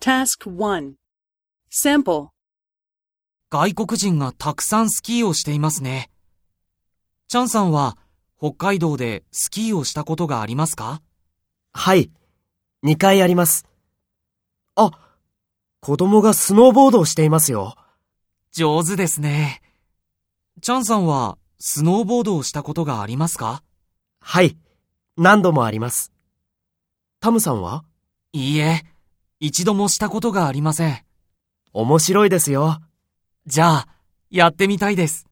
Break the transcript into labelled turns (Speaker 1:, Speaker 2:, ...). Speaker 1: Task 1 Sample
Speaker 2: 外国人がたくさんスキーをしていますね。チャンさんは北海道でスキーをしたことがありますか
Speaker 3: はい。2回あります。あ、子供がスノーボードをしていますよ。
Speaker 2: 上手ですね。チャンさんはスノーボードをしたことがありますか
Speaker 3: はい。何度もあります。タムさんはい
Speaker 2: いえ、一度もしたことがありません。
Speaker 3: 面白いですよ。
Speaker 2: じゃあ、やってみたいです。